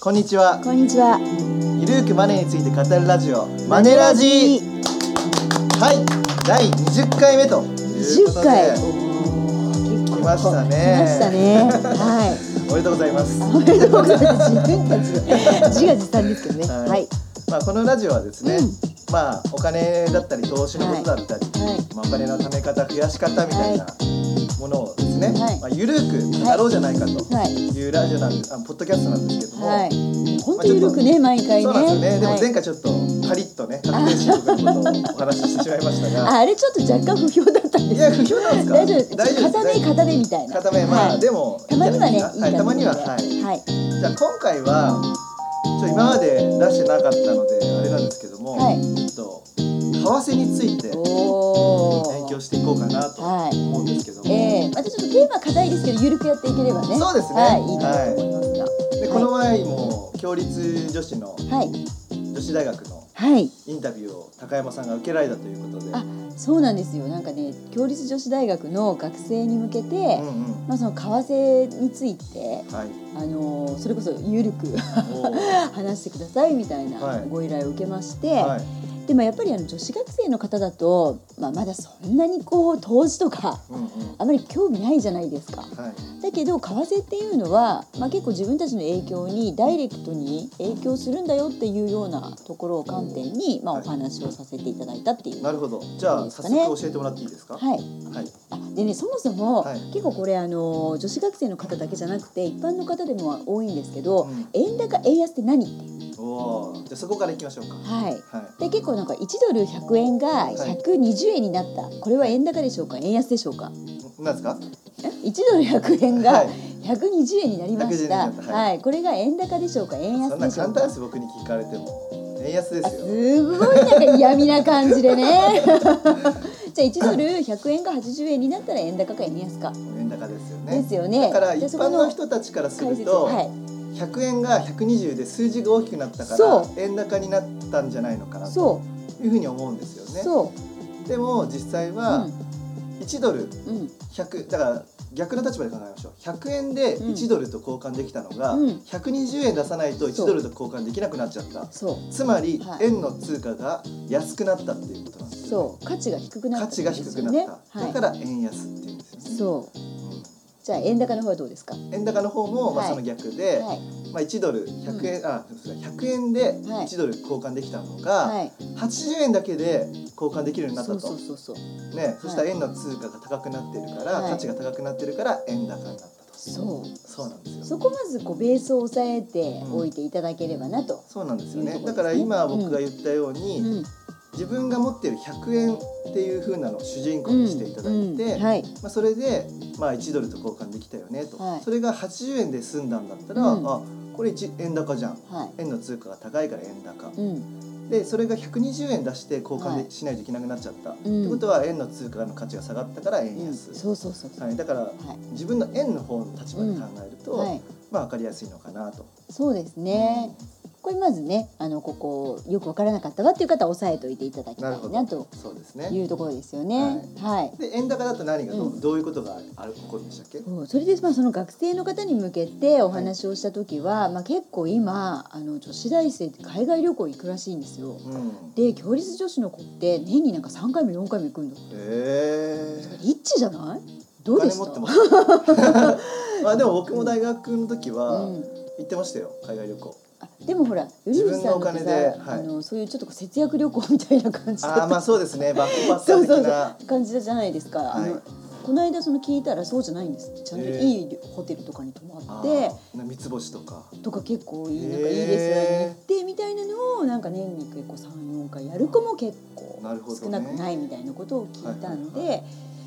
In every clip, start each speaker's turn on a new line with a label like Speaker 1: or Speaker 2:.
Speaker 1: こんにちは
Speaker 2: こんにちは。
Speaker 1: ゆるーくマネーについて語るラジオマネラジはい第20回目ということ
Speaker 2: 20
Speaker 1: で
Speaker 2: 回。
Speaker 1: 来ましたね
Speaker 2: 来ましたね。はい。
Speaker 1: おめでとうございます
Speaker 2: おめでとうございます。自分たちで自画自賛ですけどね。
Speaker 1: はい
Speaker 2: はい。
Speaker 1: まあこのラジオはですね、
Speaker 2: うん
Speaker 1: まあお金だったり投資のことだったり、
Speaker 2: はい
Speaker 1: まあ、お金の貯め方増やし方みたいなものをですね、
Speaker 2: はい
Speaker 1: まあ、ゆるーく語ろうじゃないかと
Speaker 2: はい。
Speaker 1: いうラジオなんであポッドキャストなんですけども、
Speaker 2: はい。本当ゆるくね、毎回ね。
Speaker 1: そうなんですよね。でも
Speaker 2: はい
Speaker 1: 前回ちょっとカリッとね、確定申告のことをお話ししてしまいました
Speaker 2: あ
Speaker 1: が、
Speaker 2: あれちょっと若干不評だったんで
Speaker 1: い
Speaker 2: す
Speaker 1: や不評なんですか？
Speaker 2: 大丈夫です
Speaker 1: 大丈夫
Speaker 2: 片目
Speaker 1: です。
Speaker 2: 片目みたいな
Speaker 1: 固めま
Speaker 2: は
Speaker 1: あ
Speaker 2: い
Speaker 1: でも
Speaker 2: たまにはねいい
Speaker 1: は
Speaker 2: 感じ
Speaker 1: い
Speaker 2: で
Speaker 1: たまにははい。
Speaker 2: はい
Speaker 1: じゃあ今回はちょ今まで出してなかったのであれなんですけども、
Speaker 2: はい
Speaker 1: ちょっと為替について勉
Speaker 2: おお
Speaker 1: 強していこうかなと
Speaker 2: はい
Speaker 1: 思うんですけども、
Speaker 2: ええまたちょっとテーマ課題ですけどゆるくやっていければね
Speaker 1: そうですね
Speaker 2: はいいいかなと思いますが
Speaker 1: でこの前も共立女子の
Speaker 2: はい
Speaker 1: 女子大学の
Speaker 2: はい
Speaker 1: インタビューを高山さんが受けられたということで、
Speaker 2: あそうなんですよなんかね共立女子大学の学生に向け
Speaker 1: う
Speaker 2: て、
Speaker 1: んうん
Speaker 2: まあ、その為替について、
Speaker 1: はい。
Speaker 2: あのーそれこそゆるく
Speaker 1: おー
Speaker 2: 話してくださいみたい
Speaker 1: は
Speaker 2: ないご依頼を受けまして、
Speaker 1: はい
Speaker 2: でもやっぱりあの女子学生の方だと、まあ、まだそんなにこう投資とか
Speaker 1: うんうん
Speaker 2: あまり興味ないじゃないですか。
Speaker 1: はい
Speaker 2: だけど為替っていうのは、まあ、結構自分たちの影響にダイレクトに影響するんだよっていうようなところを観点に、まあ、
Speaker 1: はい
Speaker 2: お話をさせていただいたっていう。
Speaker 1: なるほど。じゃ
Speaker 2: いい
Speaker 1: あ
Speaker 2: です
Speaker 1: 早
Speaker 2: かね
Speaker 1: 速教えてもらっていいですか。
Speaker 2: はい
Speaker 1: はい。
Speaker 2: あでねそもそも、
Speaker 1: はい
Speaker 2: 結構これあの女子学生の方だけじゃなくて一般の方でも多いんですけど、
Speaker 1: うん
Speaker 2: 円高円安って何ってい
Speaker 1: お
Speaker 2: う
Speaker 1: おー。じゃあそこから行きましょうか。
Speaker 2: は
Speaker 1: は
Speaker 2: い
Speaker 1: い。
Speaker 2: で結構なんか1ドル100円が
Speaker 1: い
Speaker 2: 120円になった、これは円高でしょうか円安でしょうか
Speaker 1: んなんですか。
Speaker 2: え1ドル100円
Speaker 1: は
Speaker 2: が
Speaker 1: い
Speaker 2: 120円になりまし
Speaker 1: 120
Speaker 2: た、
Speaker 1: 円になったはい
Speaker 2: はいこれが円高でしょうか円
Speaker 1: そ
Speaker 2: 安
Speaker 1: んな
Speaker 2: でしょ
Speaker 1: 簡単
Speaker 2: うか
Speaker 1: です僕に聞かれても円安ですよ。
Speaker 2: すごいなんか嫌味な感じでね じゃあ1ドル100円が80円になったら円高か円安か、
Speaker 1: 円高ですよね。
Speaker 2: ですよね
Speaker 1: だから一
Speaker 2: でそ
Speaker 1: 般
Speaker 2: この
Speaker 1: の人たちからす
Speaker 2: 解
Speaker 1: る
Speaker 2: 説
Speaker 1: と、
Speaker 2: はい
Speaker 1: 100円が120で数字が大きくなったか
Speaker 2: そ
Speaker 1: ら円高になったんじゃないのかなと
Speaker 2: そ
Speaker 1: いうふうに思うんですよ
Speaker 2: う、
Speaker 1: ね。
Speaker 2: そう
Speaker 1: でも実際は1ドル
Speaker 2: うんうん
Speaker 1: 100だから逆の立場で考えましょう100円で
Speaker 2: うん
Speaker 1: 1ドルと交換できたのが、
Speaker 2: うん
Speaker 1: 120円出さないと1
Speaker 2: そう
Speaker 1: ドルと交換できなくなっちゃった
Speaker 2: そう
Speaker 1: つまり、
Speaker 2: はい
Speaker 1: 円の通貨が安くなったっていうことなんですよ、
Speaker 2: そう価値が低く
Speaker 1: ね、
Speaker 2: なった
Speaker 1: 価
Speaker 2: っ
Speaker 1: 値が
Speaker 2: てことで
Speaker 1: 低
Speaker 2: す
Speaker 1: く
Speaker 2: よ
Speaker 1: な
Speaker 2: ね
Speaker 1: った、だか
Speaker 2: は
Speaker 1: ら円安っていうんですよ
Speaker 2: い、
Speaker 1: ね、
Speaker 2: そうじゃあ円高の方はどうですか
Speaker 1: うん円高の方も、まあ、
Speaker 2: はい
Speaker 1: その逆で、
Speaker 2: はい
Speaker 1: まあ、1ドル100円、あそうですね100円で
Speaker 2: はい
Speaker 1: 1ドル交換できたのが、
Speaker 2: はい
Speaker 1: 80円だけで交換できるようになった
Speaker 2: そ
Speaker 1: と
Speaker 2: うそうそうそう
Speaker 1: ね、そしたら円の通貨が高くなってるから、
Speaker 2: はい
Speaker 1: 価値が高くなってるから円高になったと
Speaker 2: そう
Speaker 1: そうなんですよ
Speaker 2: そこまずこうベースを押さえておいていただければなと、
Speaker 1: そうなんですよね
Speaker 2: いうと
Speaker 1: だ
Speaker 2: ころですね
Speaker 1: から今僕が言ったように、
Speaker 2: うん
Speaker 1: 自分が持ってる100円っていう風なのを主人公にしていただいて、
Speaker 2: うんはい
Speaker 1: まあ、それで、まあ、1ドルと交換できたよねと、
Speaker 2: はい
Speaker 1: それが80円で済んだんだったら、
Speaker 2: うん
Speaker 1: あこれ1円高じゃん
Speaker 2: は
Speaker 1: 円の通貨が高いから円高、
Speaker 2: いうん
Speaker 1: でそれが120円出して交換
Speaker 2: は
Speaker 1: で
Speaker 2: い
Speaker 1: しないといけなくなっちゃった、
Speaker 2: ん
Speaker 1: ってことは円の通貨の価値が下がったから円
Speaker 2: うん
Speaker 1: 安、
Speaker 2: そうそうそうそう
Speaker 1: はい、だから
Speaker 2: はい
Speaker 1: 自分の円の方の立場で考えると、
Speaker 2: はい
Speaker 1: まあ分かりやすいのかなと。
Speaker 2: そうですね、これまずねあのここよくわからなかったわっていう方は押さえておいていただきた
Speaker 1: なる
Speaker 2: い
Speaker 1: ほ
Speaker 2: な
Speaker 1: ど
Speaker 2: と
Speaker 1: そうですね
Speaker 2: いうところですよねはい
Speaker 1: で円高だと何がどう,、
Speaker 2: うん
Speaker 1: どういうことがある起こるんでしたっけ？
Speaker 2: そうそれで、まあ、その学生の方に向けてお話をした時は、まあ、結構今あの女子大生って海外旅行行くらしいんですよ。
Speaker 1: うん。
Speaker 2: で共立女子の子って年になんか3回も4回も行くんだって
Speaker 1: ええ
Speaker 2: リッチじゃないど
Speaker 1: お
Speaker 2: うで
Speaker 1: 金
Speaker 2: し
Speaker 1: 持ったてます。 まあでも僕も大学の時は
Speaker 2: うん
Speaker 1: 行ってましたよ、海外旅行。
Speaker 2: あでもほら頼
Speaker 1: 自
Speaker 2: 光
Speaker 1: 分
Speaker 2: さ
Speaker 1: の
Speaker 2: ん
Speaker 1: お
Speaker 2: のっ
Speaker 1: 金
Speaker 2: て
Speaker 1: で
Speaker 2: さ、
Speaker 1: はい
Speaker 2: あのそういうちょっとこう節約旅行みたいな感じだっ
Speaker 1: ああ
Speaker 2: た
Speaker 1: ーまあそうです ね、バックパッカ
Speaker 2: そ
Speaker 1: ー
Speaker 2: う
Speaker 1: 的
Speaker 2: そう
Speaker 1: な。
Speaker 2: そう感じじゃないですか、
Speaker 1: はい
Speaker 2: あのこの間その聞いたらそうじゃないんですってちゃんと
Speaker 1: へー
Speaker 2: いいホテルとかに泊ま
Speaker 1: あ
Speaker 2: って。
Speaker 1: ーな三つ星とか。
Speaker 2: とか結構いい
Speaker 1: へー
Speaker 2: なんかいいですよ行ってみたいなのをなんか年に結構34回やる子も結構
Speaker 1: なるほどね
Speaker 2: 少なくないみたいなことを聞いたん
Speaker 1: はいは
Speaker 2: で。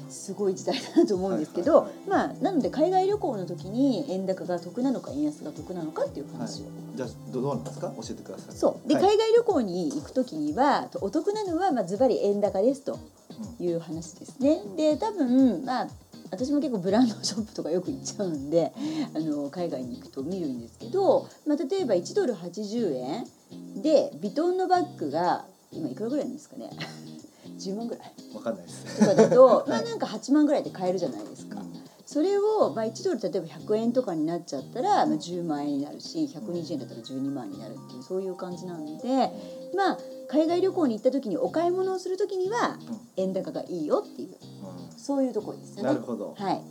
Speaker 2: すごい時代だなと思うんですけ
Speaker 1: は
Speaker 2: ど、
Speaker 1: いはい
Speaker 2: まあなので海外旅行の時に円高が得なのか円安が得なのかっていう
Speaker 1: はい
Speaker 2: 話を、。
Speaker 1: じゃあどどうなんですか？教えてください。
Speaker 2: そうで、
Speaker 1: はい
Speaker 2: 海外旅行に行く時にはお得なのはまあズバリ円高ですという話ですね。で多分まあ私も結構ブランドショップとかよく行っちゃうんで、あの海外に行くと見るんですけど、まあ、例えば1ドル80円でヴィトンのバッグが今いくらぐらいなんですかね 10万ぐらい
Speaker 1: うんわかんないです。
Speaker 2: とかだとまあなんか8万ぐらいで買えるじゃないです
Speaker 1: う
Speaker 2: か
Speaker 1: ん
Speaker 2: そそれを、まあ、1ドル例えば100円とかになっちゃったら、まあ、10万円になるし120円だったら12万円になるっていうそういう感じなんで、まあ、海外旅行に行った時にお買い物をする時には円高がいいよっていうそういうところです
Speaker 1: うん
Speaker 2: よ
Speaker 1: な
Speaker 2: ね
Speaker 1: る。ほど、
Speaker 2: はい、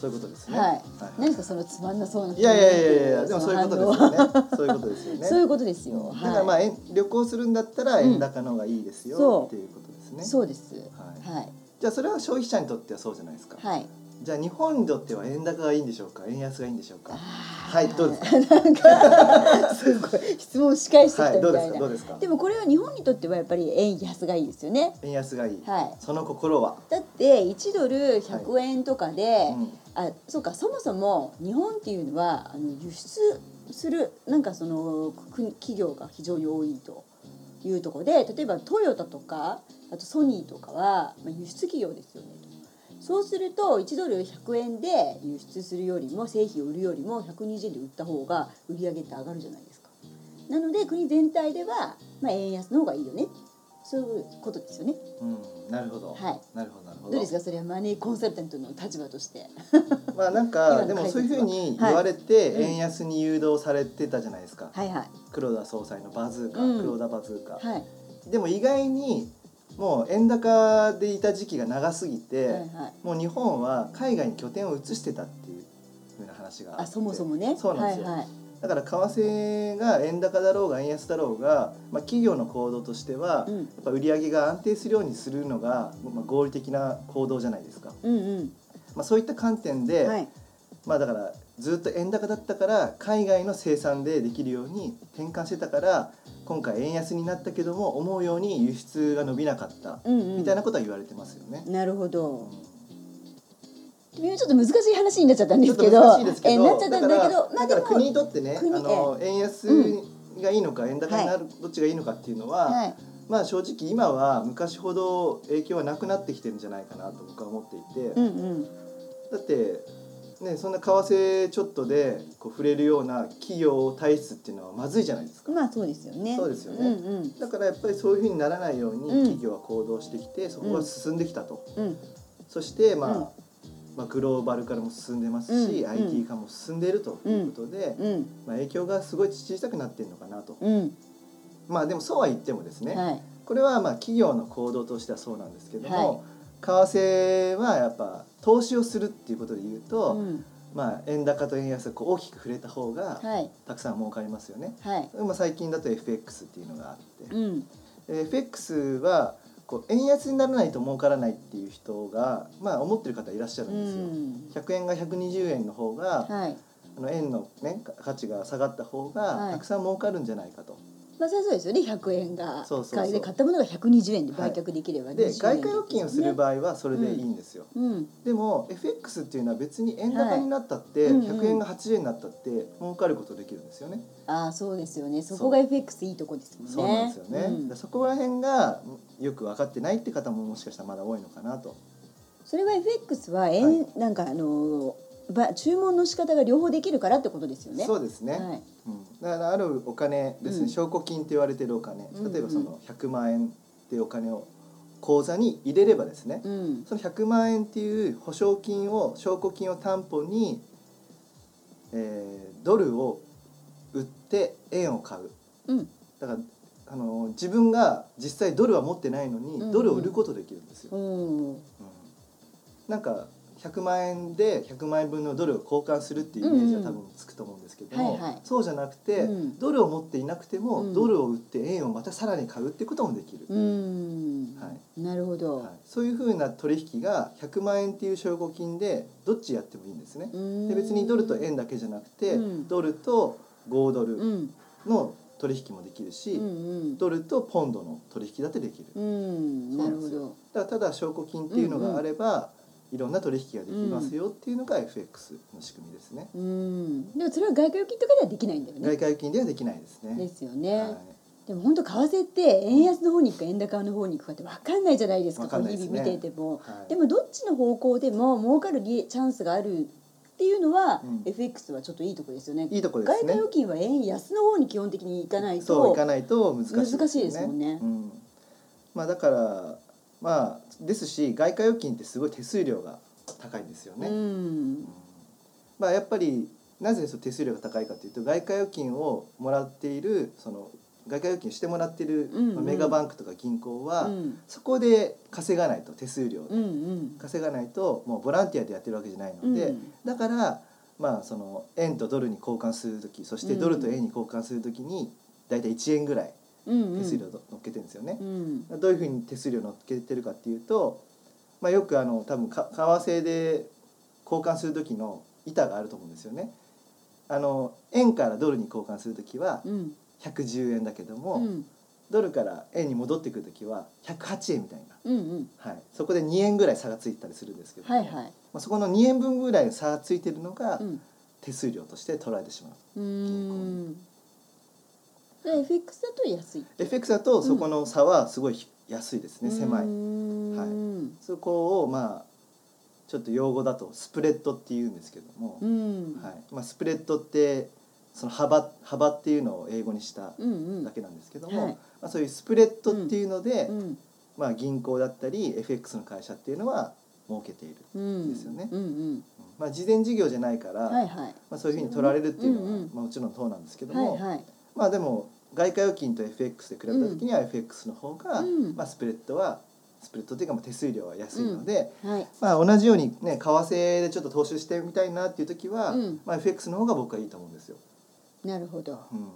Speaker 1: そういうことですね。
Speaker 2: はい
Speaker 1: い
Speaker 2: 何ですかそのつまんなそうな。
Speaker 1: いやいやいやいや、でもそういうことですよ
Speaker 2: ね。
Speaker 1: ね。そういうことですよね。
Speaker 2: そういうことですよ。
Speaker 1: だからま
Speaker 2: は
Speaker 1: あ円旅行するんだったら円高の方がいいです
Speaker 2: うんそう
Speaker 1: よっていうことです
Speaker 2: い
Speaker 1: ね。
Speaker 2: そうです。
Speaker 1: はい。
Speaker 2: はい
Speaker 1: じゃあそれは消費者にとってはそうじゃないですか。
Speaker 2: はい。
Speaker 1: じゃあ日本にとっては円高がいいんでしょうか、円安がいいんでしょうか。
Speaker 2: は
Speaker 1: はいどうです
Speaker 2: か。 なんかす ごい質問を仕返してき
Speaker 1: は
Speaker 2: た
Speaker 1: い、
Speaker 2: み
Speaker 1: どうで
Speaker 2: た
Speaker 1: す
Speaker 2: い
Speaker 1: か、ど
Speaker 2: な
Speaker 1: う。ですか。
Speaker 2: でもこれは日本にとってはやっぱり円安がいいですよね。
Speaker 1: 円安がいい。
Speaker 2: は
Speaker 1: その心は。
Speaker 2: い。だって1ドル100円とかで、
Speaker 1: うん
Speaker 2: あそうかそもそも日本っていうのはあの輸出するなんかその国企業が非常に多いというところで例えばトヨタとかあとソニーとかは、まあ、輸出企業ですよねとそうすると1ドル100円で輸出するよりも製品を売るよりも120円で売った方が売り上げって上がるじゃないですかなので国全体では、まあ、円安の方がいいよねそういうことですよね
Speaker 1: うん、なるほど。
Speaker 2: はい
Speaker 1: なるほど、なるほ
Speaker 2: どうです
Speaker 1: ど。
Speaker 2: かそれはマネーコンサルタントの立場として
Speaker 1: まあなん
Speaker 2: 今
Speaker 1: か
Speaker 2: の
Speaker 1: でもそういうふうに
Speaker 2: 解説は
Speaker 1: 言われて
Speaker 2: はいうん
Speaker 1: 円安に誘導されてたじゃないですか。
Speaker 2: はいはい
Speaker 1: 黒田総裁のバズーカ、
Speaker 2: うん
Speaker 1: 黒田バズーカ。
Speaker 2: はい
Speaker 1: でも意外にもう円高でいた時期が長すぎて、
Speaker 2: はいはい
Speaker 1: もう日本は海外に拠点を移してたっていう風な話があって
Speaker 2: あそもそもね。
Speaker 1: そうなんですよ
Speaker 2: はいはい。
Speaker 1: だから為替が円高だろうが円安だろうが、まあ、企業の行動としては、
Speaker 2: う
Speaker 1: や
Speaker 2: ん
Speaker 1: っぱ売り上げが安定するようにするのが、まあ、合理的な行動じゃないですか、
Speaker 2: うん
Speaker 1: まあ、そういった観点
Speaker 2: う
Speaker 1: で、
Speaker 2: ん。はい。
Speaker 1: まあだからずっと円高だったから海外の生産でできるように転換してたから今回円安になったけども思うように輸出が伸びなかった
Speaker 2: うんうん。
Speaker 1: みたいなことは言われてますよね。
Speaker 2: なるほ
Speaker 1: う
Speaker 2: ど。
Speaker 1: ん
Speaker 2: ちょっと難しい話になっちゃったんですけ
Speaker 1: ちょっと
Speaker 2: ど
Speaker 1: 難しいです。け
Speaker 2: え
Speaker 1: ど
Speaker 2: なっちゃったんだけど、ま
Speaker 1: だ
Speaker 2: あで
Speaker 1: から国
Speaker 2: も。
Speaker 1: にとってねあ
Speaker 2: 国
Speaker 1: の円安がいいのか円高になる、どっちがいいのかっていうのは、
Speaker 2: はい。
Speaker 1: まあ正直今は昔ほど影響はなくなってきてるんじゃないかなと僕は思っていて、
Speaker 2: うんうん。
Speaker 1: だって、ね、そんな為替ちょっとでこう触れるような企業体質っていうのはまずいじゃないですか。
Speaker 2: まあそうですよね。
Speaker 1: そうですよね
Speaker 2: うんうん
Speaker 1: だからやっぱりそういうふうにならないように
Speaker 2: うん
Speaker 1: 企業は行動してきて、そこが進んできたと、
Speaker 2: うん
Speaker 1: そして、まあ
Speaker 2: うん
Speaker 1: まあ、グローバル化も進んでますし、
Speaker 2: うん
Speaker 1: IT 化も進んでいるということで、
Speaker 2: うん
Speaker 1: まあ、影響がすごい小さくなってるのかなと、
Speaker 2: うん。
Speaker 1: まあでもそうは言ってもですね、
Speaker 2: はい。
Speaker 1: これはまあ企業の行動としてはそうなんですけど
Speaker 2: はい
Speaker 1: も、為替はやっぱ投資をするっていうことで言うと、
Speaker 2: うん
Speaker 1: まあ、円高と円安がこう大きく触れた方が
Speaker 2: はい
Speaker 1: たくさん儲かりますよね。
Speaker 2: はい。
Speaker 1: まあ、最近だと FX っていうのがあって、
Speaker 2: うん
Speaker 1: えー FX はこう円安にならないと儲からないっていう人が、まあ、思ってる方いらっしゃる
Speaker 2: うん
Speaker 1: ですよ。
Speaker 2: ん。
Speaker 1: 100円が120円の方が、
Speaker 2: はい。
Speaker 1: あの円の、ね、か価値が下がった方
Speaker 2: は
Speaker 1: が
Speaker 2: い
Speaker 1: たくさん儲かるんじゃないかと。
Speaker 2: まあそれはそうですよね。100円が
Speaker 1: そうそうそう
Speaker 2: 買いで買ったものが120円で売却できれば
Speaker 1: で
Speaker 2: 20
Speaker 1: 外
Speaker 2: 円
Speaker 1: 貨預金をする場合はそれでいいんですよ。
Speaker 2: うん
Speaker 1: でも FX っていうのは別に円高になったって、
Speaker 2: はいうんうん
Speaker 1: 100円が80円になったって儲かることできるんですよね。
Speaker 2: ああそうですよね。そこが FX いいとこですもんね。
Speaker 1: そうなんですよね。
Speaker 2: うん
Speaker 1: でそこら辺がよく分かってないって方ももしかしたらまだ多いのかなと。
Speaker 2: それは FX は円、なんかあのーば注文の仕方が両方できるからってことですよね。
Speaker 1: そうですね。
Speaker 2: はい。
Speaker 1: うん、だからあるお金ですね、
Speaker 2: うん
Speaker 1: 証拠金って言われてるお金
Speaker 2: うんうん
Speaker 1: 例えばその100万円っていうお金を口座に入れればですね、
Speaker 2: うん。
Speaker 1: その100万円っていう保証金を証拠金を担保に、えードルを売って円を買う
Speaker 2: うん。
Speaker 1: だからあの自分が実際ドルは持ってないのに、
Speaker 2: うんうん
Speaker 1: ドルを売ることできるんですよ、
Speaker 2: うん。
Speaker 1: うんなんか100万円で100万円分のドルを交換するっていうイメージは多分つくと思うんですけども、
Speaker 2: うんうんはいはい
Speaker 1: そうじゃなくて、
Speaker 2: うん
Speaker 1: ドルを持っていなくても、
Speaker 2: うん
Speaker 1: ドルを売って円をまたさらに買うってこともできる、
Speaker 2: うん。
Speaker 1: は
Speaker 2: なるほど。
Speaker 1: はい、そういうふうな取引が100万円っていう証拠金でどっちやってもいいんですね。
Speaker 2: うん
Speaker 1: で別にドルと円だけじゃなくて、
Speaker 2: うん
Speaker 1: ドルと5ド
Speaker 2: う
Speaker 1: ル
Speaker 2: ん。
Speaker 1: の取引もできるし、
Speaker 2: うん。
Speaker 1: ドルとポンドの取引だってできる。
Speaker 2: うん。なるほど。
Speaker 1: ただただ証拠金っていうのがあれば、いろんな取引ができますよっていうのが FX の仕組みですね。
Speaker 2: うん。でもそれは外貨預金とかではできないんだよね。
Speaker 1: 外貨預金ではできないですね。
Speaker 2: ですよね。
Speaker 1: はい
Speaker 2: でも本当為替って円安の方に行くか円高の方に行くかって分かんないじゃないですか。
Speaker 1: わかんない
Speaker 2: こう
Speaker 1: です
Speaker 2: 日
Speaker 1: ね
Speaker 2: 々見てても。
Speaker 1: はい
Speaker 2: でもどっちの方向でも儲かる利チャンスがあるっていうのは、
Speaker 1: うん
Speaker 2: FX はちょっといいとこですよね。
Speaker 1: いいとこです
Speaker 2: 外貨
Speaker 1: ね。
Speaker 2: 預金は円安の方に基本的に行かないと。
Speaker 1: そういかないと難しいよ、
Speaker 2: 難しいですもんね
Speaker 1: うん、まあだからまあですし外貨預金ってすごい手数料が高いんですよ
Speaker 2: う
Speaker 1: ね。
Speaker 2: ん
Speaker 1: まあ、やっぱりなぜそう手数料が高いかというと外貨預金をもらっているその外貨預金してもらっている、
Speaker 2: うんうん
Speaker 1: まあメガバンクとか銀行は、
Speaker 2: うん
Speaker 1: そこで稼がないと手数料、
Speaker 2: うんうん
Speaker 1: 稼がないともうボランティアでやってるわけじゃないので、
Speaker 2: うん
Speaker 1: だから、まあ、その円とドルに交換する時そしてドルと円に交換する時に大体1円ぐらい
Speaker 2: うんうん
Speaker 1: 手数料乗っけてるんですよね。
Speaker 2: うん
Speaker 1: どういうふうに手数料乗っけてるかっていうと、まあ、よくあの多分か為替で交換する時の板があると思うんですよね。あの円からドルに交換する時は
Speaker 2: うん
Speaker 1: 110円だけども、
Speaker 2: うん
Speaker 1: ドルから円に戻ってくる時は108円みたいな、
Speaker 2: うんうん
Speaker 1: はい、そこで2円ぐらい差がついてたりするんですけども、
Speaker 2: はいはい
Speaker 1: まあ、そこの2円分ぐらいの差がついてるのが
Speaker 2: うん
Speaker 1: 手数料として取られてしまう。
Speaker 2: うーんで FX だと安い
Speaker 1: FX だとそこの差はすごいひ安いですね、狭い。
Speaker 2: はい
Speaker 1: そこをまあちょっと用語だとスプレッドっていうんですけども、
Speaker 2: うん
Speaker 1: はいまあ、スプレッドってその幅幅っていうのを英語にした
Speaker 2: うんうん
Speaker 1: だけなんですけども、
Speaker 2: はい
Speaker 1: まあ、そういうスプレッドっていうので、
Speaker 2: うん
Speaker 1: まあ、銀行だったり FX の会社っていうのは儲けている、
Speaker 2: うん
Speaker 1: ですよね
Speaker 2: うんうん
Speaker 1: まあ、事前事業じゃないから、
Speaker 2: はいはい
Speaker 1: まあ、そういうふうに取られるっていうのは、
Speaker 2: うんうん
Speaker 1: まあ、もちろんそうなんですけども、
Speaker 2: はいはい
Speaker 1: まあでも外貨預金と FX で比べた時には FX の方が、
Speaker 2: うん
Speaker 1: まあ、スプレッドはスプレッドっていうかまあ手数料は安いので、
Speaker 2: はい
Speaker 1: まあ、同じようにね為替でちょっと投資してみたいなっていう時は、
Speaker 2: うん
Speaker 1: まあ、FX の方が僕はいいと思うんですよ。
Speaker 2: なるほど
Speaker 1: うん、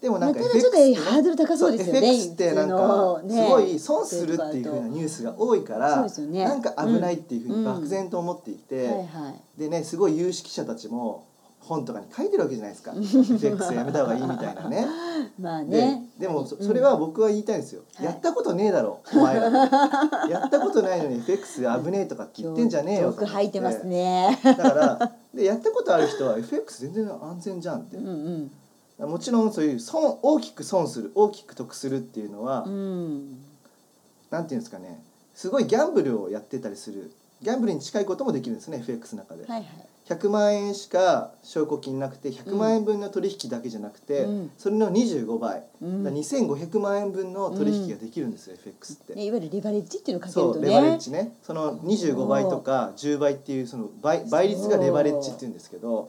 Speaker 1: でもな
Speaker 2: まあ
Speaker 1: ん
Speaker 2: た
Speaker 1: か
Speaker 2: だ
Speaker 1: FX っ
Speaker 2: ちょっ
Speaker 1: てね、
Speaker 2: とハードル高そうですよね
Speaker 1: FX ってなんか
Speaker 2: 普通
Speaker 1: す
Speaker 2: のね
Speaker 1: ごい損するっていうふうなニュースが多いか
Speaker 2: そう
Speaker 1: ら、
Speaker 2: ですよね
Speaker 1: なんか危ないっていうふう
Speaker 2: う
Speaker 1: に
Speaker 2: ん
Speaker 1: 漠然と思っていて、
Speaker 2: はいはい
Speaker 1: でねすごい有識者たちも本とかに書いてるわけじゃないですか FX やめた方がいいみたいな ね。
Speaker 2: まあ
Speaker 1: で
Speaker 2: ね
Speaker 1: でもそ
Speaker 2: うん
Speaker 1: それは僕は言いたいんですよ、
Speaker 2: はい
Speaker 1: やったことねえだろお前らやったことないのに FX 危ねえとかって言ってんじゃねえよ
Speaker 2: よ く吐いてますね
Speaker 1: だからでやったことある人は FX 全然安全じゃんって
Speaker 2: う、ん
Speaker 1: もちろんそういう損大きく損する大きく得するっていうのは、
Speaker 2: うんうん
Speaker 1: なんていうんですかねすごいギャンブルをやってたりするギャンブルに近いこともできるんですね FX の中で、
Speaker 2: はいはい
Speaker 1: 100万円しか証拠金なくて100万円分の取引だけじゃなくて、
Speaker 2: うん
Speaker 1: それの25倍、
Speaker 2: うん
Speaker 1: だから2500万円分の取引ができるんですよ、FX って。
Speaker 2: ねいわゆるレバレッジっていうのをかけ
Speaker 1: そ
Speaker 2: る
Speaker 1: う
Speaker 2: と
Speaker 1: レバレッ
Speaker 2: ね
Speaker 1: ジねその25倍とか10倍っていうその倍倍率がレバレッジっていうんですけど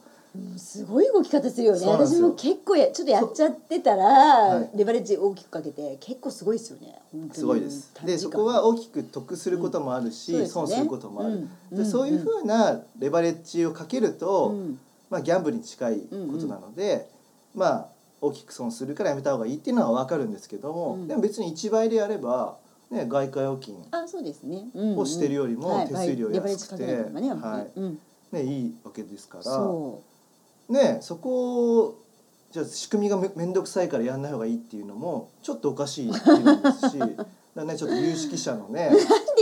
Speaker 2: すごい動き方するよね
Speaker 1: そうなんです
Speaker 2: 私
Speaker 1: よ
Speaker 2: も結構やちょっとやっちゃってたら、
Speaker 1: い
Speaker 2: レバレッジ大きくかけて結構すごいですよね本当に
Speaker 1: すごいです。
Speaker 2: 短時間
Speaker 1: でそこは大きく得することもあるし、
Speaker 2: うんそ
Speaker 1: 損
Speaker 2: うですね
Speaker 1: することもある、
Speaker 2: うん
Speaker 1: で
Speaker 2: うん
Speaker 1: そういうふうなレバレッジをかけると、
Speaker 2: うん
Speaker 1: まあ、ギャンブルに近いことなので、まあ大きく損するからやめた方がいいっていうのは分かるんですけども、
Speaker 2: うん
Speaker 1: でも別に1倍でやれば、ね、外貨預金、
Speaker 2: あそうですね、うんうん
Speaker 1: をしてるよりも
Speaker 2: はい
Speaker 1: 手数料
Speaker 2: はいレバレッジ
Speaker 1: 安く
Speaker 2: か
Speaker 1: て
Speaker 2: けないとかね、
Speaker 1: はい
Speaker 2: うん、
Speaker 1: ね、いいわけですから
Speaker 2: そ
Speaker 1: ね、そこをじゃあ仕組みがめ面倒くさいからやんない方がいいっていうのもちょっとおかしいっていうのも ですしだからねちょっと有識者のね
Speaker 2: うで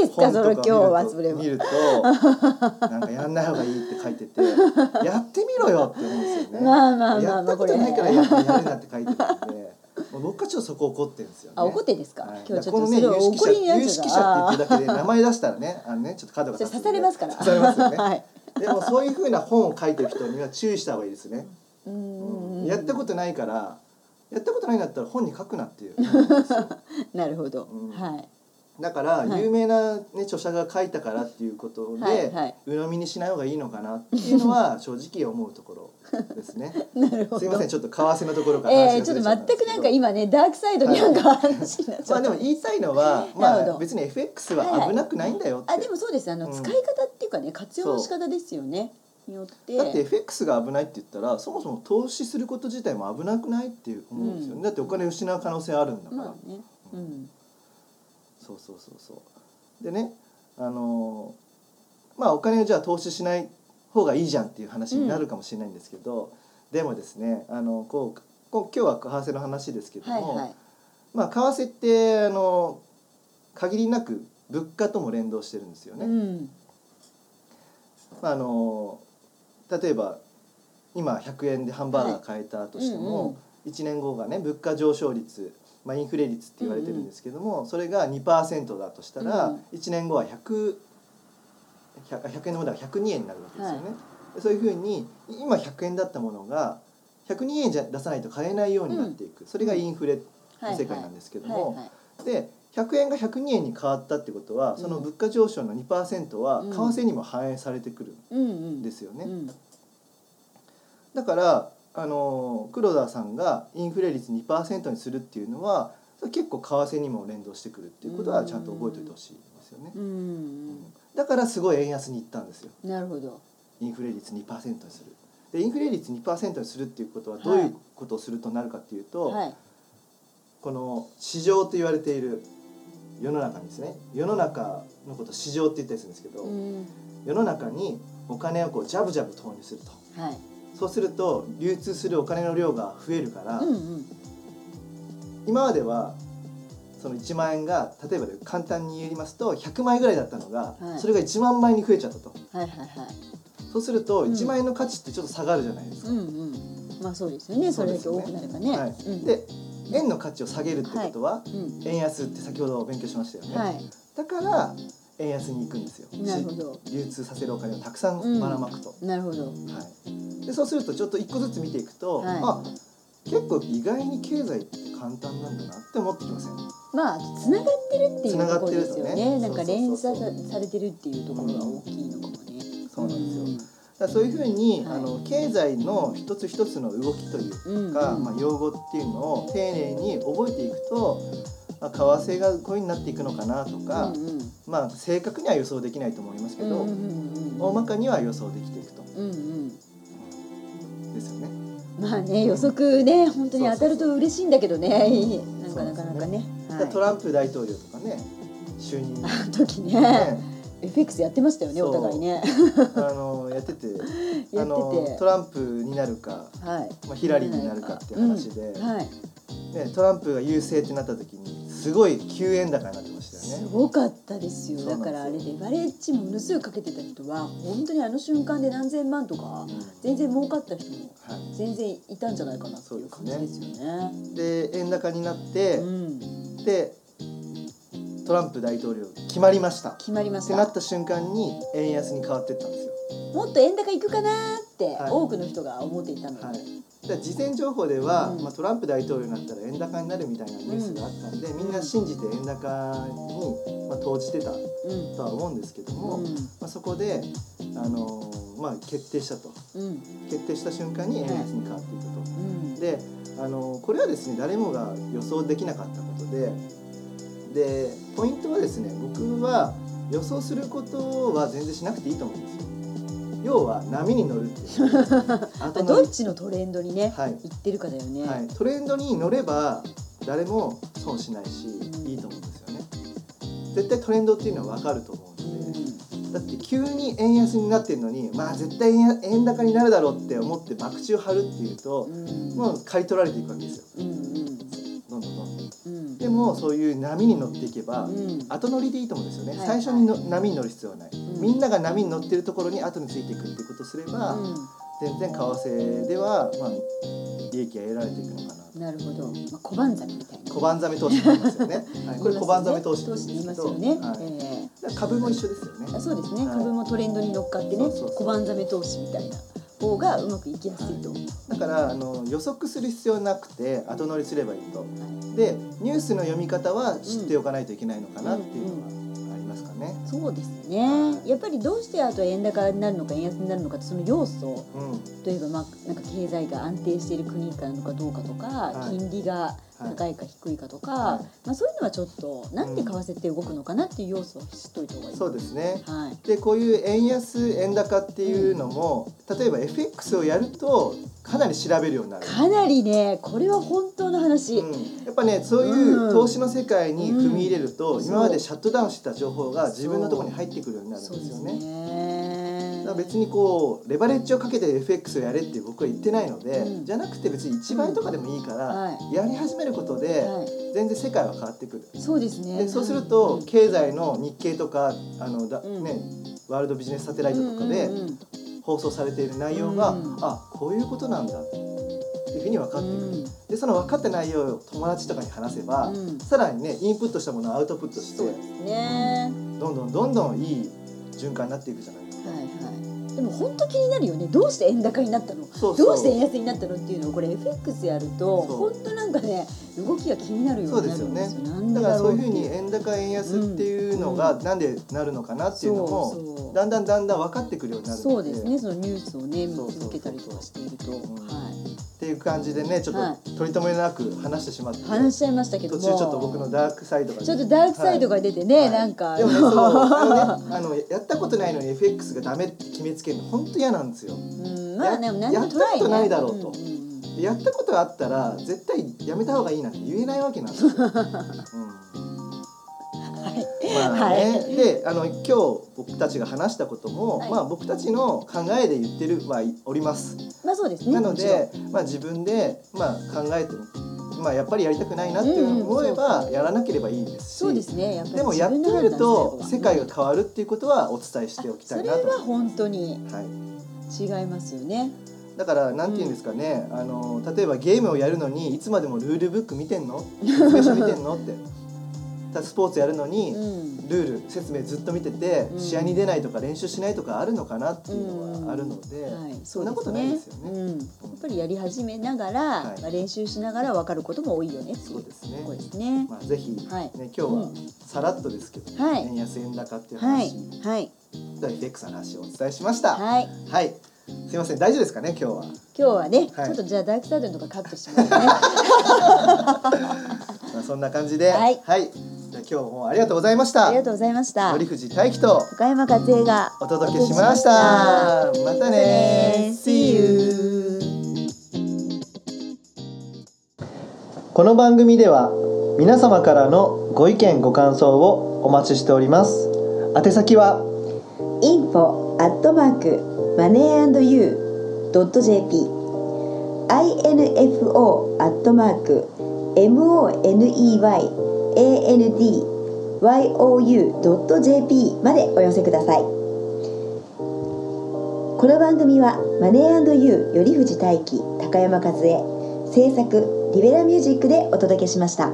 Speaker 2: すか
Speaker 1: 本
Speaker 2: その
Speaker 1: と
Speaker 2: 今日は
Speaker 1: か
Speaker 2: そ
Speaker 1: 見
Speaker 2: れ
Speaker 1: る
Speaker 2: は
Speaker 1: と見るとなんかやんない方がいいって書いて てやってみろよって思うんですよね。
Speaker 2: まあまあまあまあ
Speaker 1: やったことないからややるなって書いてるんでもう僕はちょっとそこ怒ってるんですよね。
Speaker 2: あ怒ってんですか、
Speaker 1: はい
Speaker 2: 今日ち
Speaker 1: こ
Speaker 2: ょっと
Speaker 1: の
Speaker 2: そ
Speaker 1: ね
Speaker 2: れ
Speaker 1: 有
Speaker 2: を
Speaker 1: 識
Speaker 2: 怒
Speaker 1: 者
Speaker 2: りにや
Speaker 1: 有
Speaker 2: つ
Speaker 1: 識
Speaker 2: が
Speaker 1: 者って言って
Speaker 2: あ
Speaker 1: るだけで名前出したらねあのねちょっと角が
Speaker 2: ーそれ
Speaker 1: 立つん
Speaker 2: 刺
Speaker 1: で
Speaker 2: されま
Speaker 1: 刺されま
Speaker 2: すから
Speaker 1: すよね。
Speaker 2: はい
Speaker 1: でもそういうふうな本を書いてる人には注意した方がいいですね。
Speaker 2: うんうんうん
Speaker 1: やったことないからやったことないんだったら本に書くなっていう思うんですよ
Speaker 2: なるほど、
Speaker 1: うん
Speaker 2: はい
Speaker 1: だから
Speaker 2: はい
Speaker 1: 有名な、ね、著者が書いたからっていうことで、
Speaker 2: はいはい
Speaker 1: 鵜呑みにしない方がいいのかなっていうの は正直思うところですね。
Speaker 2: なるほ
Speaker 1: すい
Speaker 2: ど
Speaker 1: ませんちょっと為替のところから
Speaker 2: え
Speaker 1: 話
Speaker 2: ー、
Speaker 1: が
Speaker 2: ち
Speaker 1: ず
Speaker 2: ょ
Speaker 1: れ
Speaker 2: っと
Speaker 1: ちゃったですけ
Speaker 2: 全く
Speaker 1: ど
Speaker 2: なんか今ねダークサイドになんか話になっち
Speaker 1: ま
Speaker 2: ゃ
Speaker 1: あ
Speaker 2: っ
Speaker 1: で
Speaker 2: た、
Speaker 1: も言いたいのは、
Speaker 2: なる
Speaker 1: ま
Speaker 2: ほ
Speaker 1: あ、
Speaker 2: ど
Speaker 1: 別に FX は
Speaker 2: はい
Speaker 1: 危なくないんだよって、
Speaker 2: あでもそうですあの、
Speaker 1: うん
Speaker 2: 使い方っていうかね活用の仕方ですよねによって
Speaker 1: だって FX が危ないって言ったらそもそも投資すること自体も危なくないっていう思うんですよね、
Speaker 2: うん
Speaker 1: だってお金失う可能性あるんだから、
Speaker 2: まあねうん
Speaker 1: そうそうそうそうでねあのーまあお金をじゃあ投資しない方がいいじゃんっていう話になるかもしれないんですけど、でもですねあのこうこう今日は為替の話ですけど
Speaker 2: はい
Speaker 1: も、
Speaker 2: はい
Speaker 1: まあ為替ってあの限りなく物価とも連動してるんですよね。
Speaker 2: うん
Speaker 1: まあ、あの例えば今100円でハンバーガー買えたとして
Speaker 2: はいうん
Speaker 1: も、一1年後がね物価上昇率、まあ、インフレ率って言われてるんですけども、それが2%だとした
Speaker 2: う
Speaker 1: ら、
Speaker 2: ん
Speaker 1: 一1年後は 100, 100, 100円のものが102円になるわけですよね。
Speaker 2: は
Speaker 1: でそういうふうに今100円だったものが102円じゃ出さないと買えないようになっていく、それがインフレの世界なんですけども、
Speaker 2: はいはい
Speaker 1: で100円が102円に変わったってことは、その物価上昇の2%は
Speaker 2: う
Speaker 1: 為
Speaker 2: ん
Speaker 1: 替にも反映されてくる
Speaker 2: うんうん
Speaker 1: んですよね。
Speaker 2: うん
Speaker 1: だからあの黒田さんがインフレ率2%にするっていうのはそれ結構為替にも連動してくるっていうことはちゃんと覚えておいてほしいですよね。
Speaker 2: うんうん
Speaker 1: だからすごい円安に行ったんですよ
Speaker 2: うんなるほど
Speaker 1: インフレ率2%にする。でインフレ率2%にするっていうことはどういうことをするとなるかっていうと、
Speaker 2: はい
Speaker 1: この市場と言われている世の中にですね世の中のことを市場って言ったりするんですけど、
Speaker 2: うん
Speaker 1: 世の中にお金をこうジャブジャブ投入すると
Speaker 2: はい
Speaker 1: そうすると流通するお金の量が増えるから、
Speaker 2: うんうん
Speaker 1: 今まではその1万円が例えばで簡単に言いますと100枚ぐらいだったのが、
Speaker 2: はい
Speaker 1: それが1万枚に増えちゃったと
Speaker 2: はいはいはい
Speaker 1: そうすると
Speaker 2: うん
Speaker 1: 1万円の価値ってちょっと下がるじゃないですか。
Speaker 2: うんうんまあそうですよねそれだけ多くなればね
Speaker 1: はい
Speaker 2: うん
Speaker 1: で円の価値を下げるってことは、
Speaker 2: うん
Speaker 1: 円安って先ほど勉強しましたよね、
Speaker 2: はい
Speaker 1: だから円安に行くんですよ。
Speaker 2: なるほど
Speaker 1: 流通させるお金をたくさんばらまくと、
Speaker 2: なるほど
Speaker 1: はい、でそうするとちょっと一個ずつ見ていくと、
Speaker 2: はい
Speaker 1: あ結構意外に経済って簡単なんだなって思ってきません
Speaker 2: まあつながってるっていう
Speaker 1: つな
Speaker 2: と
Speaker 1: が
Speaker 2: こ
Speaker 1: っ
Speaker 2: ろ
Speaker 1: てる
Speaker 2: で
Speaker 1: と
Speaker 2: す
Speaker 1: ね
Speaker 2: よねなん
Speaker 1: そ
Speaker 2: か
Speaker 1: うそう
Speaker 2: 連
Speaker 1: そう
Speaker 2: 鎖
Speaker 1: そう
Speaker 2: さされてるっていうところが大きいのかもね
Speaker 1: そうなんですよ、だからそういうふうに、
Speaker 2: はい
Speaker 1: あの経済の一つ一つの動きという
Speaker 2: うんうん
Speaker 1: か、まあ、用語っていうのを丁寧に覚えていくと、まあ、為替がこういうふうになっていくのかなとか、
Speaker 2: うんうん
Speaker 1: まあ、正確には予想できないと思いますけど、
Speaker 2: うんうんうんうん
Speaker 1: 大まかには予想できていくと。
Speaker 2: うんうん
Speaker 1: ですよね。
Speaker 2: まあね予測ね本当に当たると嬉しいんだけどねなんかなかなかね
Speaker 1: だからト
Speaker 2: ン
Speaker 1: ランプ大統領とかね就 任、ね、
Speaker 2: プ時ね FX やってましたよね
Speaker 1: そう
Speaker 2: お互いね
Speaker 1: あのやってて
Speaker 2: や
Speaker 1: あ
Speaker 2: っ
Speaker 1: の
Speaker 2: て
Speaker 1: ト
Speaker 2: て
Speaker 1: ランプになるか、
Speaker 2: はい
Speaker 1: まあ、ヒラリーになるかっていう話で、
Speaker 2: うんはい
Speaker 1: ね、トランプが優勢ってなった時にすごい9円高になってましたよ
Speaker 2: す
Speaker 1: ね。
Speaker 2: ごかったですよ
Speaker 1: そうな
Speaker 2: だ
Speaker 1: んですよ
Speaker 2: からあれレバレッジものすごいかけてた人は本当にあの瞬間で何千万とか
Speaker 1: うん
Speaker 2: 全然儲かった人も
Speaker 1: は
Speaker 2: 全然いたんじゃないかなっていう感じですよね。
Speaker 1: い、で円高になって、
Speaker 2: うん、
Speaker 1: でトランプ大統領決まりましたっ
Speaker 2: 決まりましてた
Speaker 1: なった瞬間に円安に変わってったんですよ。
Speaker 2: もっと円高いくかなーって
Speaker 1: はい
Speaker 2: 多くの人が思っていたので、
Speaker 1: はい、で事前情報では、
Speaker 2: うん
Speaker 1: まあ、トランプ大統領になったら円高になるみたいなニュースがあったんで、みんな信じて円高に、まあ、投じてた
Speaker 2: うん
Speaker 1: とは思うんですけども、
Speaker 2: うん
Speaker 1: まあ、そこで、あのーまあ、決定したと
Speaker 2: うん
Speaker 1: 決定した瞬間に円安に変わっていたと。
Speaker 2: うん
Speaker 1: で、あのーこれはですね誰もが予想できなかったことででポイントはですね僕は予想することは全然しなくていいと思うんですよ。要は波に乗るっていう
Speaker 2: まあ
Speaker 1: 後乗
Speaker 2: どっ
Speaker 1: り
Speaker 2: ちのトレンドにね、
Speaker 1: はい
Speaker 2: 行ってるかだよね。
Speaker 1: はい、トレンドに乗れば誰も損しないしいいと思うんですよね絶対トレンドっていうのは分かると思う
Speaker 2: う
Speaker 1: の
Speaker 2: ん
Speaker 1: でだって急に円安になってるのにまあ絶対円円高になるだろうって思って博打を張るっていうと
Speaker 2: うん
Speaker 1: もう刈り取られていくわけですよ
Speaker 2: うんうん
Speaker 1: どんどんどんどん
Speaker 2: うん
Speaker 1: でもそういう波に乗っていけば
Speaker 2: うん
Speaker 1: 後乗りでいいと思うんですよね、
Speaker 2: はい
Speaker 1: 最初にの波に乗る必要はない、
Speaker 2: ん
Speaker 1: みんなが波に乗ってるところに後についていくっていうことをすれば、全然為替では、まあ、利益が得られていくのかな
Speaker 2: うんなるほど、まあ、小判ざみみたいな。
Speaker 1: 小判ざめ投資って言いますよ ね。はい、これ小判ざめ投資って
Speaker 2: 投資って
Speaker 1: 言う
Speaker 2: 言い
Speaker 1: んで
Speaker 2: ますす
Speaker 1: けど、
Speaker 2: よね。
Speaker 1: はい
Speaker 2: ええ
Speaker 1: だから株も一緒ですよね。
Speaker 2: あそうですね、
Speaker 1: はい
Speaker 2: 株もトレンドに乗っかってね
Speaker 1: そうそうそう
Speaker 2: 小判ざめ投資みたいな方がうまくいきやすいと、
Speaker 1: だからあの予測する必要なくて後乗りすればいいと。
Speaker 2: はい
Speaker 1: でニュースの読み方は知っておかないといけないのかなっていうのはありますかね。
Speaker 2: そうですねやっぱりどうしてあと円高になるのか円安になるのかってその要素
Speaker 1: うん、は
Speaker 2: 例えば、まあ、なんか経済が安定している国なのかどうかとか、
Speaker 1: い
Speaker 2: 金利が高いか低いかとか、
Speaker 1: はい
Speaker 2: まあ、そういうのはちょっとなんで為替って動くのかなっていう要素を知っといた方がい
Speaker 1: い、
Speaker 2: い
Speaker 1: そうですね。
Speaker 2: はい
Speaker 1: でこういう円安円高っていうのも、例えば FX をやるとかなり調べるようになる。
Speaker 2: かなりねこれは本当の話、
Speaker 1: うんやっぱねそういう投資の世界に踏み入れると、
Speaker 2: うん
Speaker 1: 今までシャットダウンしてた情報が自分のところに入ってくるようになるん
Speaker 2: そう
Speaker 1: で
Speaker 2: です
Speaker 1: よ
Speaker 2: す
Speaker 1: ね。
Speaker 2: ね
Speaker 1: だから別にこうレバレッジをかけて FX をやれって僕は言ってないので、
Speaker 2: うん
Speaker 1: じゃなくて別に1倍とかでもいいから、
Speaker 2: は
Speaker 1: やり始めることで
Speaker 2: はい
Speaker 1: 全然世界は変わってくる、
Speaker 2: そうですね。
Speaker 1: でそうする
Speaker 2: う
Speaker 1: と
Speaker 2: ん
Speaker 1: 経済の日経とかあのだ、
Speaker 2: うん
Speaker 1: ね、ワールドビジネスサテライトとかで
Speaker 2: うんうん
Speaker 1: 放送されている内容が、
Speaker 2: うん
Speaker 1: あこういうことなんだっていうふうに分かってくる、
Speaker 2: うん
Speaker 1: でその分かってない内容を友達とかに話せば、
Speaker 2: うん
Speaker 1: さらにねインプットしたものをアウトプットして
Speaker 2: そうですね。
Speaker 1: どんどんどんどんいい循環になっていくじゃないですか。
Speaker 2: はいはい。でも本当気になるよねどうして円高になったの
Speaker 1: そうそう
Speaker 2: どうして円安になったのっていうのをこれ FX やると
Speaker 1: そう
Speaker 2: 本当なんかね動きが気になるようになるんですよ。なんで
Speaker 1: だから
Speaker 2: だろ
Speaker 1: そう
Speaker 2: う
Speaker 1: い
Speaker 2: っ
Speaker 1: うふ
Speaker 2: て
Speaker 1: うに円高円安っていうの
Speaker 2: う
Speaker 1: が
Speaker 2: ん
Speaker 1: なんでなるのかなっていうの
Speaker 2: そう
Speaker 1: も
Speaker 2: そう
Speaker 1: だんだんだんだん分かってくるようになるの
Speaker 2: そうですねそのニュースをね見
Speaker 1: そうそうそう
Speaker 2: 続けたりとかしていると、
Speaker 1: ん
Speaker 2: は
Speaker 1: っていう感じでねちょ
Speaker 2: は
Speaker 1: っと取り留めなく話してしまって、
Speaker 2: い、話しちゃいましたけど
Speaker 1: 途
Speaker 2: も
Speaker 1: 中ちょっと僕のダークサイドがね
Speaker 2: ちょっとダークサイドが出てね、
Speaker 1: はい
Speaker 2: なんか
Speaker 1: でもね、そう
Speaker 2: う
Speaker 1: あのねあのやったことないのに FX がダメって決めつけるの本当嫌なんですよ。
Speaker 2: んまあね
Speaker 1: や
Speaker 2: 何もトライ
Speaker 1: やったこと
Speaker 2: ね
Speaker 1: ないだろうと
Speaker 2: んんうん
Speaker 1: でやったことあったら絶対やめた方がいいなんて言えないわけなん ですよ。うん、まあね、
Speaker 2: は
Speaker 1: であの今日僕たちが話したことも、
Speaker 2: はい
Speaker 1: まあ僕たちの考えで言ってるはいおります。
Speaker 2: まあそうですね
Speaker 1: なの
Speaker 2: もちろん
Speaker 1: で、まあ、自分で、まあ、考えてみまあ、やっぱりやりたくないなっていうのを思え
Speaker 2: うんうんそう
Speaker 1: ば
Speaker 2: そう
Speaker 1: やらなければいいですし
Speaker 2: そうですねやっぱり
Speaker 1: でもやってみると世界が変わるっていうことはお伝えしておきた
Speaker 2: そ
Speaker 1: い
Speaker 2: れ
Speaker 1: なと。
Speaker 2: は本当に
Speaker 1: はい、
Speaker 2: 違いますよね
Speaker 1: だからなんて言うんですかね、あの例えばゲームをやるのにいつまでもルールブック見て んの説明書見てんのってただスポーツやるの
Speaker 2: う
Speaker 1: に
Speaker 2: ん
Speaker 1: ルール説明ずっと見てて、
Speaker 2: うん
Speaker 1: 試合に出ないとか練習しないとかあるのかなっていうのはあるので、
Speaker 2: はい
Speaker 1: そんなことないですよね。
Speaker 2: うん、やっぱりやり始めながら、
Speaker 1: はい
Speaker 2: まあ練習しながら分かることも多いよねってい
Speaker 1: そううですね
Speaker 2: とこですね
Speaker 1: まあ、ぜひ、ね
Speaker 2: はい
Speaker 1: 今日はさらっとですけど、
Speaker 2: はい
Speaker 1: 円安円高っていう
Speaker 2: はい
Speaker 1: 話、
Speaker 2: はい
Speaker 1: と FX の話をお伝えしました。は
Speaker 2: は
Speaker 1: い、
Speaker 2: い
Speaker 1: すいません大丈夫ですかね今日は。
Speaker 2: 今日はね、
Speaker 1: はい
Speaker 2: ちょっとじゃあダークサイドのとかカットしま すね
Speaker 1: まあ、そんな感じで、
Speaker 2: はい
Speaker 1: じゃあ今日もありがとうございました。
Speaker 2: ありがとうございました
Speaker 1: 森藤大輝と
Speaker 2: 高山和恵が
Speaker 1: お届けしました。またね。See you。この番組では皆様からのご意見ご感想をお待ちしております。宛先は
Speaker 2: info アットマークマネー &you ドット JP info アットマーク moneyandyou ドット JP までお寄せくださいこの番組はマネー &you より藤大輝高山和恵制作リベラミュージックでお届けしました。